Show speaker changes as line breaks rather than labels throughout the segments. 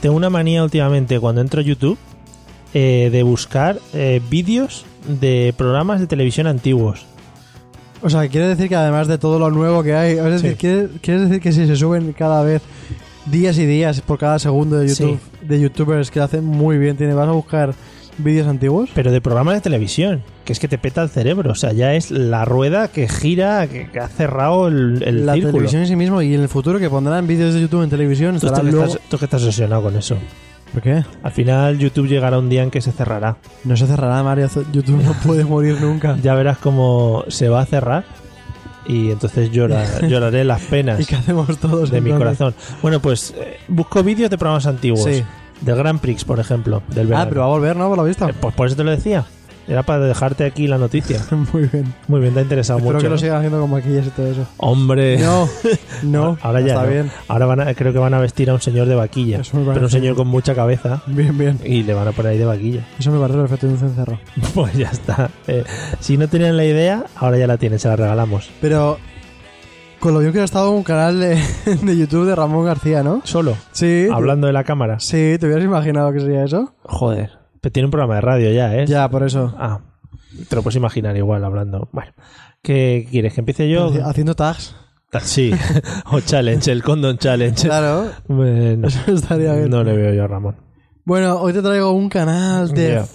Tengo una manía últimamente cuando entro a YouTube eh, de buscar eh, vídeos de programas de televisión antiguos.
O sea, quiere decir que además de todo lo nuevo que hay, es decir,
Sí.
¿quiere- ¿quieres decir que si se suben cada vez días y días por cada segundo de YouTube, de youtubers que lo hacen muy bien, tiene, vas a buscar vídeos antiguos?
Pero de programas de televisión, que es que te peta el cerebro. O sea, ya es la rueda que gira, que, que ha cerrado el, el
la
círculo.
televisión en sí mismo y en el futuro que pondrán vídeos de YouTube en televisión
Tú,
estará
tú que
luego-
estás, tú que estás obsesionado con eso.
¿Por qué?
Al final YouTube llegará un día en que se cerrará.
No se cerrará Mario, YouTube no puede morir nunca.
Ya verás cómo se va a cerrar y entonces llora- lloraré las penas
¿Y qué hacemos todos?
de mi
entonces?
corazón. Bueno, pues eh, busco vídeos de programas antiguos.
Sí.
Del Grand Prix, por ejemplo. Del
Ah,
verano.
pero va a volver, ¿no? Por lo visto.
Eh, Pues por eso te lo decía. Era para dejarte aquí la noticia.
Muy bien.
Muy bien, te ha interesado
Espero
mucho.
que lo
¿no?
sigan haciendo con maquillas y todo eso.
Hombre.
No, no.
Ahora ya
Está
no.
bien.
Ahora van a- creo que van a vestir a un señor de vaquilla.
Eso me parece
Pero un señor con mucha cabeza.
Bien, bien.
Y le van a poner ahí de vaquilla.
Eso me parece perfecto de un cencerro.
Pues ya está. Eh, si no tenían la idea, ahora ya la tienen, se la regalamos.
Pero con lo bien que ha estado un canal de, de YouTube de Ramón García, ¿no?
Solo,
Sí.
hablando de la cámara.
Sí, ¿te hubieras imaginado que sería eso?
Joder. Pero tiene un programa de radio ya, ¿eh?
Ya, por eso.
Ah, te lo puedes imaginar igual hablando. Bueno, ¿qué quieres? ¿Que empiece yo?
Haciendo tags.
Sí, o challenge, el condón challenge.
Claro.
Bueno,
Eso estaría bien.
no le veo yo a Ramón.
Bueno, hoy te traigo un canal de
Ya.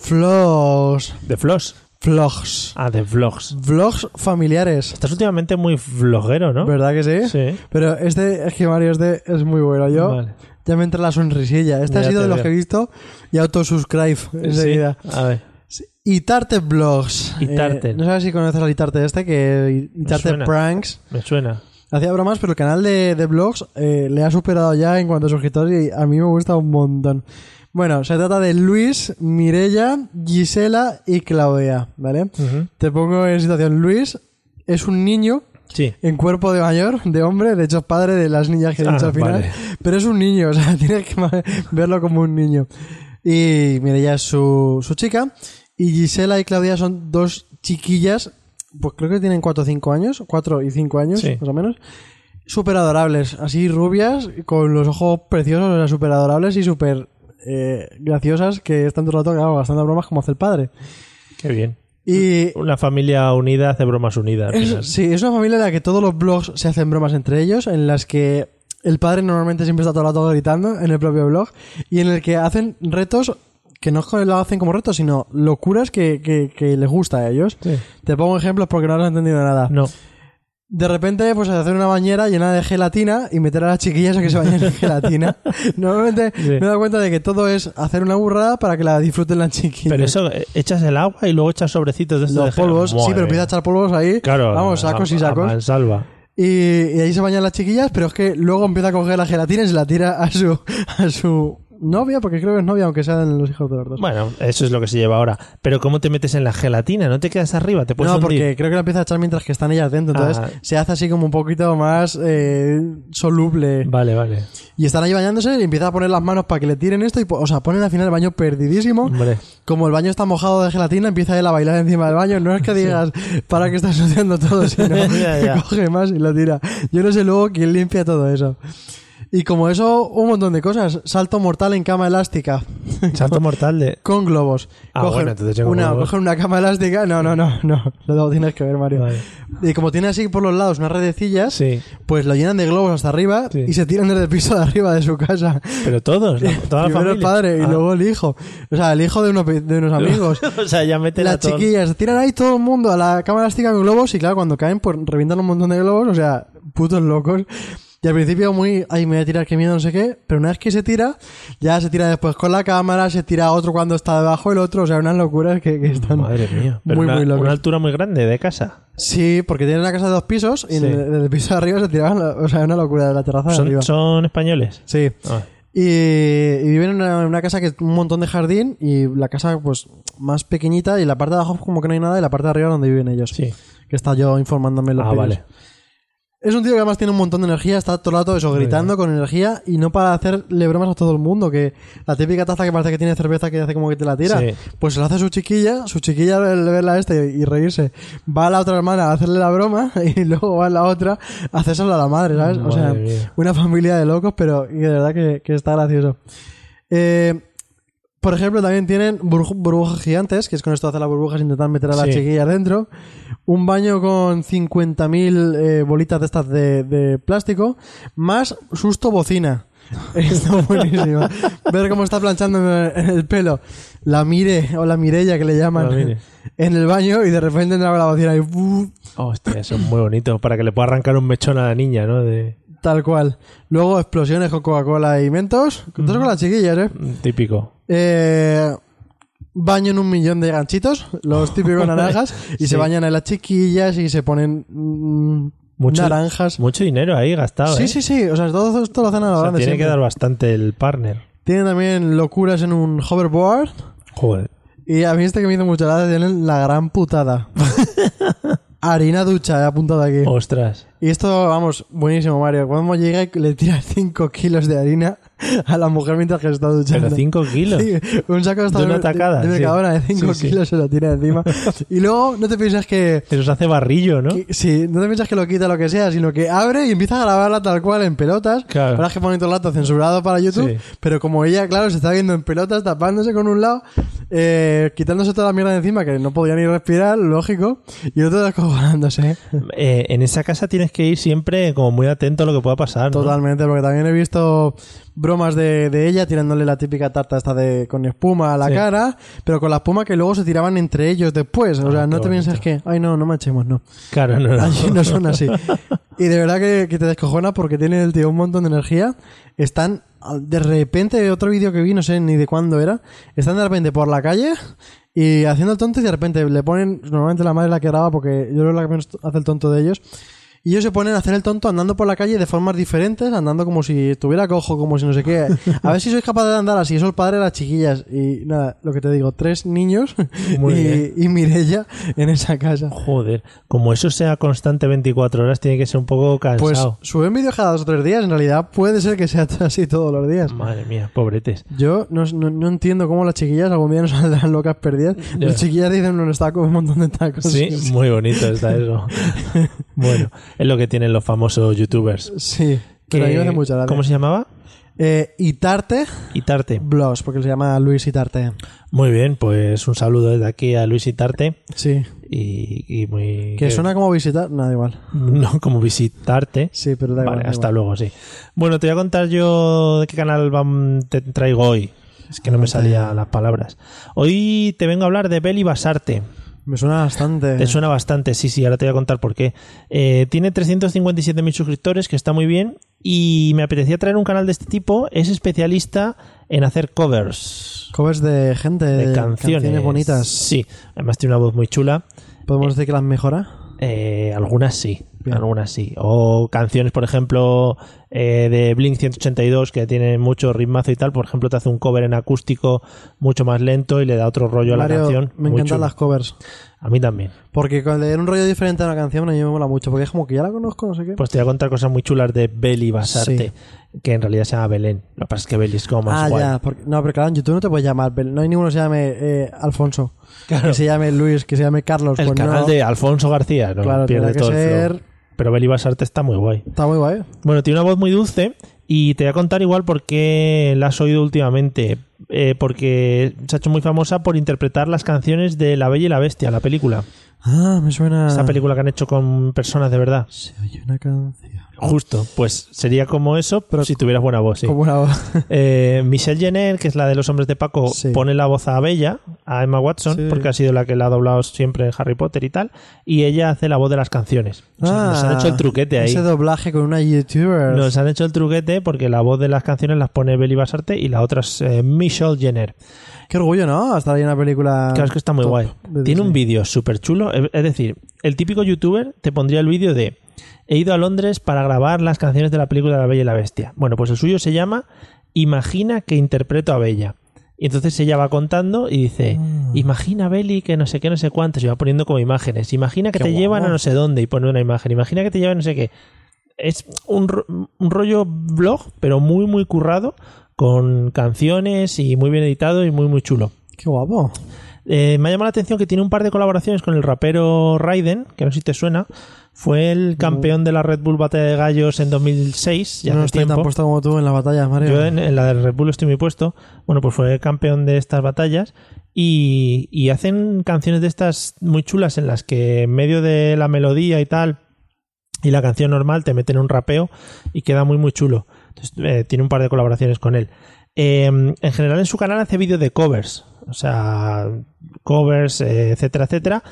vlogs.
¿De Floss?
Vlogs.
Ah, de Vlogs.
Vlogs familiares.
Estás últimamente muy vloguero, ¿no?
¿Verdad que sí?
Sí.
Pero este, es que Mario, este es muy bueno. Yo
Vale.
ya me entra la sonrisilla. Este
Ya
ha sido
te
de los
veo.
que he visto y autosubscribe enseguida.
Sí. A ver.
Itarte Blogs.
Itarte.
Eh, no sabes si conoces al Itarte este, que Itarte
suena.
Pranks.
Me suena.
Hacía bromas, pero el canal de, de blogs eh, le ha superado ya en cuanto a suscriptores y a mí me gusta un montón. Bueno, se trata de Luis, Mirella, Gisela y Claudia, ¿vale?
Mm.
Te pongo en situación. Luis es un niño
Sí.
en cuerpo de mayor, de hombre, de hecho es padre de las niñas que he
Ah,
dicho al final,
vale.
pero es un niño, o sea, tienes que ma- verlo como un niño. Y Mireia es su, su chica, y Gisela y Claudia son dos chiquillas, pues creo que tienen 4 o 5 años, 4 y 5 años,
Sí.
más o menos, súper adorables, así rubias, con los ojos preciosos, o sea, súper adorables y súper eh, graciosas, que están todo el rato claro, gastando bromas como hace el padre.
Qué bien.
Y
Una familia unida hace bromas unidas. al
es-
final.
sí, es una familia en la que todos los blogs se hacen bromas entre ellos, en las que el padre normalmente siempre está todo el rato gritando en el propio blog, y en el que hacen retos que no lo hacen como retos, sino locuras que, que- que les gusta a ellos.
Sí.
Te pongo ejemplos porque no has entendido nada.
No.
De repente, pues hacer una bañera llena de gelatina y meter a las chiquillas a que se bañen en gelatina. Normalmente
Sí.
me he dado cuenta de que todo es hacer una burrada para que la disfruten las chiquillas.
Pero eso, eh, echas el agua y luego echas sobrecitos de estos
los
de gel.
polvos, sí,
Madre
pero empieza a
mía.
echar polvos ahí.
Claro.
Vamos, sacos
a-
y
a
sacos.
mansalva.
Y, y ahí se bañan las chiquillas, pero es que luego empieza a coger la gelatina y se la tira a su, a su novia, porque creo que es novia, aunque sean los hijos de los dos.
Bueno, eso es lo que se lleva ahora. Pero ¿cómo te metes en la gelatina? ¿No te quedas arriba? ¿Te puedes
no,
hundir?
porque creo que la empieza a echar mientras que están ellas dentro, entonces
Ah.
se hace así como un poquito más eh, soluble.
Vale, vale.
Y están ahí bañándose y empieza a poner las manos para que le tiren esto, y, po- o sea, ponen al final el baño perdidísimo.
Hombre.
Como el baño está mojado de gelatina, empieza él a bailar encima del baño. No es que digas para que está ensuciando todo, sino
Ya, ya.
que coge más y lo tira. Yo no sé luego quién limpia todo eso. Y como eso, un montón de cosas. Salto mortal en cama elástica.
Salto mortal de...
Con globos.
Ah, bueno, entonces yo con
una,
globos.
cogen una cama elástica. No, no, no, no. Lo tienes que ver, Mario.
Vale.
Y como tiene así por los lados unas redecillas,
Sí.
pues lo llenan de globos hasta arriba
Sí.
y se tiran desde el piso de arriba de su casa.
Pero todos, la- toda la
Primero
familia.
el padre y
Ah.
luego el hijo. O sea, el hijo de, uno- de unos amigos.
o sea, ya mete
Las chiquillas se tiran ahí todo el mundo a la cama elástica con globos y claro, cuando caen, pues revientan un montón de globos, o sea, putos locos. Y al principio muy, ay, me voy a tirar, qué miedo, no sé qué. Pero una vez que se tira, ya se tira después con la cámara, se tira otro cuando está debajo el otro. O sea, unas locuras que, que están...
Madre mía. Pero
Muy,
una,
muy loco.
una altura muy grande de casa.
Sí, porque tienen una casa de dos pisos y en,
Sí.
el, en el piso de arriba se tiraban, la- o sea, una locura de la terraza de Ah, arriba.
¿Son, son españoles?
Sí.
Ah,
Y, y viven en una, en una casa que es un montón de jardín y la casa pues más pequeñita y la parte de abajo como que no hay nada y la parte de arriba es donde viven ellos.
sí.
Que está yo informándome en los
Ah,
vídeos.
vale.
Es un tío que además tiene un montón de energía, está todo el rato eso, gritando con energía y no para hacerle bromas a todo el mundo, que la típica taza que parece que tiene cerveza que hace como que te la tira,
Sí.
pues se lo hace a su chiquilla, su chiquilla al verla a este y reírse, va a la otra hermana a hacerle la broma y luego va a la otra a hacérselo a la madre, ¿sabes? o sea,
Madre mía.
una familia de locos, pero y de verdad que, que está gracioso. Eh, por ejemplo, también tienen burbu- burbujas gigantes, que es con esto hacer las burbujas e intentar meter a las
Sí.
chiquillas dentro. Un baño con 50.000 eh, bolitas de estas de, de plástico, más susto bocina. Está buenísimo. Ver cómo está planchando en el pelo la Mire o la Mirella que le llaman
La Mire.
en el baño y de repente entra con la bocina y ¡buf!
Hostia, son muy bonitos. Para que le pueda arrancar un mechón a la niña, ¿no? De,
tal cual. Luego explosiones con Coca-Cola y Mentos. Entonces con las chiquillas, ¿eh?
típico.
Eh, baño en un millón de ganchitos, los típicos naranjas, y
Sí.
se bañan en las chiquillas y se ponen mm,
Mucho-
naranjas.
Mucho dinero ahí gastado.
sí,
¿eh?
sí, sí. O sea, todo esto lo hacen a la
O sea,
grande.
tiene que
siempre.
dar bastante el partner.
Tienen también locuras en un hoverboard.
Joder.
Y a mí este que me hizo mucha gracia tienen la gran putada. Harina ducha, he apuntado aquí.
Oh. Ostras.
Y esto, vamos, buenísimo, Mario. Cuando llega y le tira 5 kilos de harina a la mujer mientras que se está duchando.
Pero 5 kilos.
Sí, un saco hasta
De una tacada,
de
sí.
Mercadona de 5
Sí, sí.
kilos se lo tira encima. y luego no te piensas que,
Se los hace barrillo, ¿no?
que- Sí, no te piensas que lo quita lo que sea, sino que abre y empieza a grabarla tal cual en pelotas.
Claro.
Ahora es que ponen todo el rato censurado para YouTube,
Sí.
pero como ella, claro, se está viendo en pelotas, tapándose con un lado, eh, quitándose toda la mierda de encima, que no podía ni respirar, lógico, y el otro descojonándose.
Eh, en esa casa tienes que ir siempre como muy atento a lo que pueda pasar. ¿no?
Totalmente, porque también he visto bromas de, de ella tirándole la típica tarta esta de con espuma a la
Sí.
cara, pero con la espuma que luego se tiraban entre ellos después. O sea,
Ah,
no
qué
te piensas que, ay no, no manchemos, no.
Claro, no, no.
Allí no son así. Y de verdad que, que te descojona porque tiene el tío un montón de energía. Están, al- de repente, otro vídeo que vi, no sé ni de cuándo era, están de repente por la calle y haciendo el tonto y de repente le ponen, normalmente la madre es la que graba porque yo creo que la que menos hace el tonto de ellos. Y ellos se ponen a hacer el tonto andando por la calle de formas diferentes, andando como si estuviera cojo, como si no sé qué. A ver si sois capaz de andar así, eso el padre de las chiquillas. Y nada, lo que te digo, tres niños
Muy
y,
bien.
y Mirella en esa casa.
Joder. Como eso sea constante 24 horas, tiene que ser un poco
Pues
cansado.
suben vídeos cada dos o tres días, en realidad puede ser que sea así todos los días.
Madre mía, pobretes.
Yo no, no- no entiendo cómo las chiquillas algún día nos saldrán locas perdidas.
Ya.
Las chiquillas dicen unos tacos, un montón de tacos.
Sí, muy bonito está eso. bueno, es lo que tienen los famosos youtubers.
Sí, pero a mí me
Que-
hace mucha gracia.
¿Cómo se llamaba?
Eh, Itarte
Itarte.
Blogs, porque se llama Luis Itarte.
Muy bien, pues un saludo desde aquí a Luis Itarte.
Sí.
Y, y muy.
Que suena como visitar. Nada, igual.
No, como visitarte.
Sí, pero da igual.
Vale,
da
hasta
igual.
luego, sí. Bueno, te voy a contar yo de qué canal vam- te traigo hoy. Es que no me salían las palabras. Hoy te vengo a hablar de Beli Basarte.
Me suena bastante.
Te suena bastante, sí, sí, ahora te voy a contar por qué. Eh, tiene 357.000 suscriptores, que está muy bien. Y me apetecía traer un canal de este tipo. Es especialista en hacer covers
Covers de gente,
de canciones.
Eh, bonitas.
Sí, además tiene una voz muy chula.
¿Podemos decir que las mejora?
Eh, algunas sí,
Bien.
algunas sí. O canciones, por ejemplo, eh, de Blink 182 que tienen mucho ritmazo y tal. Por ejemplo, te hace un cover en acústico mucho más lento y le da otro rollo a
Mario,
la canción.
me
Muy
encantan
chulo.
las covers.
A mí también.
Porque con leer un rollo diferente a una canción a mí me mola mucho, porque es como que ya la conozco, no sé qué.
Pues te voy a contar cosas muy chulas de Beli Basarte, que en realidad se llama Belén. Lo que pasa es que Beli es como más
ah,
guay.
ya. porque- no, pero claro, en YouTube no te puedes llamar. Bel- No hay ninguno que se llame eh, Alfonso,
Claro.
que se llame Luis, que se llame Carlos.
El
pues
canal
no.
de Alfonso García, no
Claro,
pierde
tendrá que
todo el flow.
ser-
Pero Beli Basarte está muy guay.
Está muy guay.
Bueno, tiene una voz muy dulce y te voy a contar igual por qué la has oído últimamente. Eh, porque se ha hecho muy famosa por interpretar las canciones de La Bella y la Bestia, la película.
Ah, me suena.
Esa película que han hecho con personas de verdad.
Se oye una canción.
Justo, pues sería como eso, pero si tuvieras buena voz, sí.
Como una voz.
Eh, Michelle Jenner, que es la de los hombres de Paco,
Sí.
pone la voz a Bella, a Emma Watson,
Sí.
porque ha sido la que la ha doblado siempre en Harry Potter y tal, y ella hace la voz de las canciones. O sea, nos han hecho el truquete ahí.
Ah, Ese doblaje con una youtuber.
Nos han hecho el truquete porque la voz de las canciones las pone Beli Basarte y la otra es eh, Michelle Jenner.
Qué orgullo, ¿no? Estar ahí en una película.
Claro, es que está muy
Ah, top
guay.
de
Tiene un
Disney.
vídeo súper chulo. Es es decir, el típico youtuber te pondría el vídeo de He ido a Londres para grabar las canciones de la película La Bella y la Bestia. Bueno, pues el suyo se llama Imagina que interpreto a Bella. Y entonces ella va contando y dice,
Ah, Mm.
imagina Beli que no sé qué, no sé cuántos, y va poniendo como imágenes. Imagina que
Qué
te
guapo.
llevan a no sé dónde y pone una imagen. Imagina que te llevan no sé qué. Es un, ro- un rollo blog, pero muy, muy currado, con canciones y muy bien editado y muy, muy chulo.
Qué guapo.
Eh, me ha llamado la atención que tiene un par de colaboraciones con el rapero Raiden, que no sé si te suena. Fue el campeón de la Red Bull Batalla de Gallos en 2006, ya
Yo no
hace
estoy tan
tiempo.
puesto como tú en las batallas, Mario.
Yo en, en la de Red Bull estoy muy puesto. Bueno, pues fue campeón de estas batallas y, y hacen canciones de estas muy chulas en las que en medio de la melodía y tal y la canción normal te meten un rapeo y queda muy muy chulo. Entonces, eh, tiene un par de colaboraciones con él. Eh, en general en su canal hace vídeos de covers, o sea, covers, eh, etcétera, etcétera.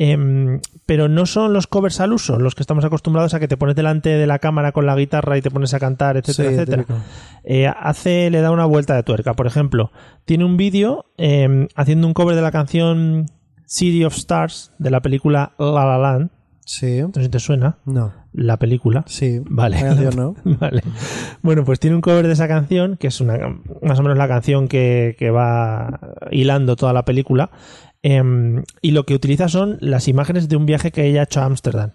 Em, pero no son los covers al uso, los que estamos acostumbrados a que te pones delante de la cámara con la guitarra y te pones a cantar, etcétera,
Sí,
etcétera
típico.
eh, hace, le da una vuelta de tuerca. Por ejemplo, tiene un vídeo eh, haciendo un cover de la canción City of Stars de la película La La Land.
Sí.
No sé si te suena
No.
la película.
Sí.
Vale.
La canción, ¿no?
Vale. Bueno, pues tiene un cover de esa canción, que es una, más o menos la canción que, que va hilando toda la película. em, y lo que utiliza son las imágenes de un viaje que ella ha hecho a Ámsterdam.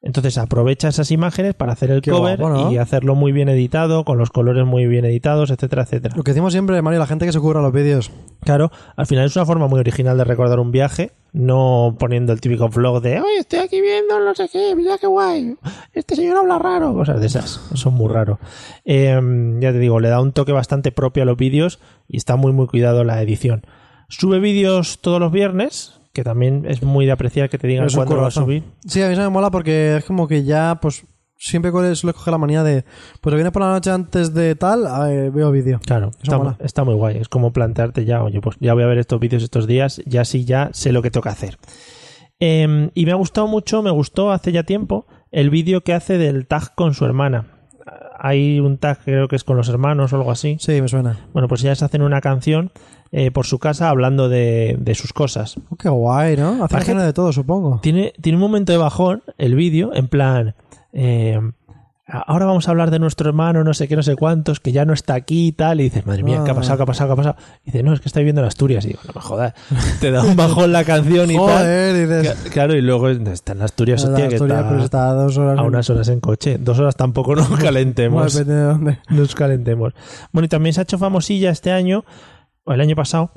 Entonces aprovecha esas imágenes para hacer el
Qué
cover
guapo, ¿no?
y hacerlo muy bien editado, con los colores muy bien editados, etcétera, etcétera.
Lo que decimos siempre, Mario, la gente que se ocurra los vídeos.
Claro, al final es una forma muy original de recordar un viaje, no poniendo el típico vlog de oye, estoy aquí viendo no sé qué, mira qué guay, este señor habla raro, cosas de esas, son muy raros. Eh, ya te digo, le da un toque bastante propio a los vídeos y está muy muy cuidado la edición. Sube vídeos todos los viernes, que también es muy de apreciar que te digan
Es un
cuándo lo va a
currazo.
subir.
Sí, a mí se me mola porque es como que ya, pues, siempre co- suele coger la manía de, pues, viene por la noche antes de tal, eh, veo vídeo.
Claro,
Eso
está,
mola.
está muy guay. Es como plantearte ya, oye, pues ya voy a ver estos vídeos estos días, ya sí, ya sé lo que toca hacer. Eh, y me ha gustado mucho, me gustó hace ya tiempo, el vídeo que hace del tag con su hermana. Hay un tag que creo que es con los hermanos o algo así.
Sí, me suena.
Bueno, pues ellas hacen una canción eh, por su casa hablando de, de sus cosas.
Oh, qué guay, ¿no? Hace
Parece-
género de todo, supongo.
Tiene, tiene un momento de bajón el vídeo, en plan. eh, ahora vamos a hablar de nuestro hermano, no sé qué, no sé cuántos, que ya no está aquí y tal. Y dices, madre mía, ¿qué ha
Ah.
pasado, qué ha pasado, qué ha pasado? Y dice, no, es que estoy viviendo en Asturias. Y digo, no me jodas. Te da un bajón la canción y tal.
Joder, eh, dices.
Ca- Claro, y luego está en Asturias,
"Nada,
hostia, que
Asturias,
está
pero está a dos horas.
a unas horas en coche. Dos horas tampoco nos
Bueno, pues
calentemos.
depende de dónde.
Nos calentemos. Bueno, y también se ha hecho famosilla este año, o el año pasado,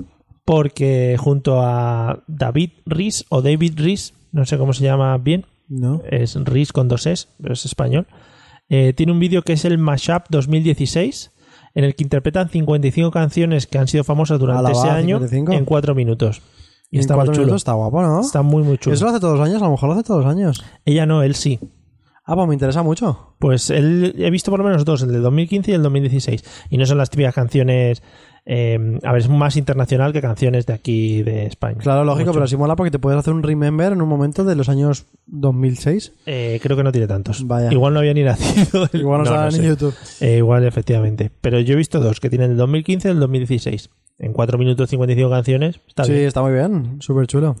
porque junto a David Riz o David Riz, no sé cómo se llama bien,
¿No?
es Riz con dos S, pero es español. Eh, tiene un vídeo que es el Mashup 2016, en el que interpretan 55 canciones que han sido famosas durante
Alaba,
ese año
55.
en 4 minutos. Y
En
está muy
cuatro
chulo.
minutos está guapo, ¿no?
Está muy, muy chulo.
Eso lo hace todos los años, a lo mejor lo hace todos los años.
Ella no, él sí.
Ah, pues me interesa mucho.
Pues él, he visto por lo menos dos, el de 2015 y el 2016. Y no son las típicas canciones. eh, a ver, es más internacional que canciones de aquí de España. Pues,
Claro, lógico,
Mucho.
pero sí mola porque te puedes hacer un remember en un momento de los años 2006.
Eh, creo que no tiene tantos.
Vaya.
Igual no había ni nacido. el-
Igual no, estaba
sé.
en YouTube.
Eh, igual, efectivamente. Pero yo he visto dos que tienen el 2015 y el 2016. En 4 minutos 55 canciones. Está
sí,
bien.
está muy bien, súper chulo.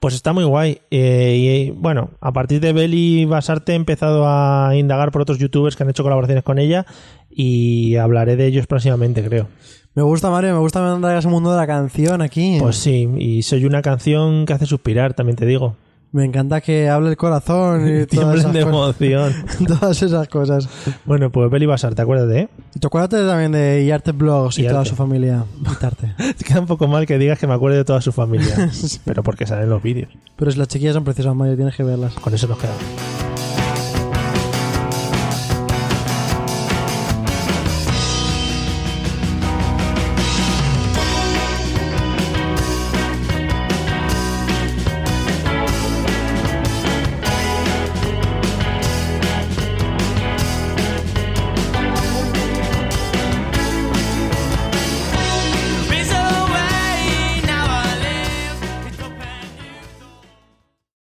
Pues está muy guay. Eh, y eh, bueno, a partir de Beli Basarte he empezado a indagar por otros youtubers que han hecho colaboraciones con ella. Y hablaré de ellos próximamente, creo.
Me gusta, Mario, me gusta andar en ese mundo de la canción aquí.
Pues sí, y soy una canción que hace suspirar, también te digo.
Me encanta que hable el corazón y todas
Tiemblen
esas,
de
cosas,
emoción.
todas esas cosas.
Bueno, pues Beli Basarte, acuérdate, ¿eh?
Y tú acuérdate también de Iarte Blogs y,
Iarte.
toda su familia. Iarte.
Te queda un poco mal que digas que me acuerde de toda su familia. Pero porque salen los vídeos.
Pero si las chiquillas son preciosas, Mario, tienes que verlas.
Con eso nos quedamos.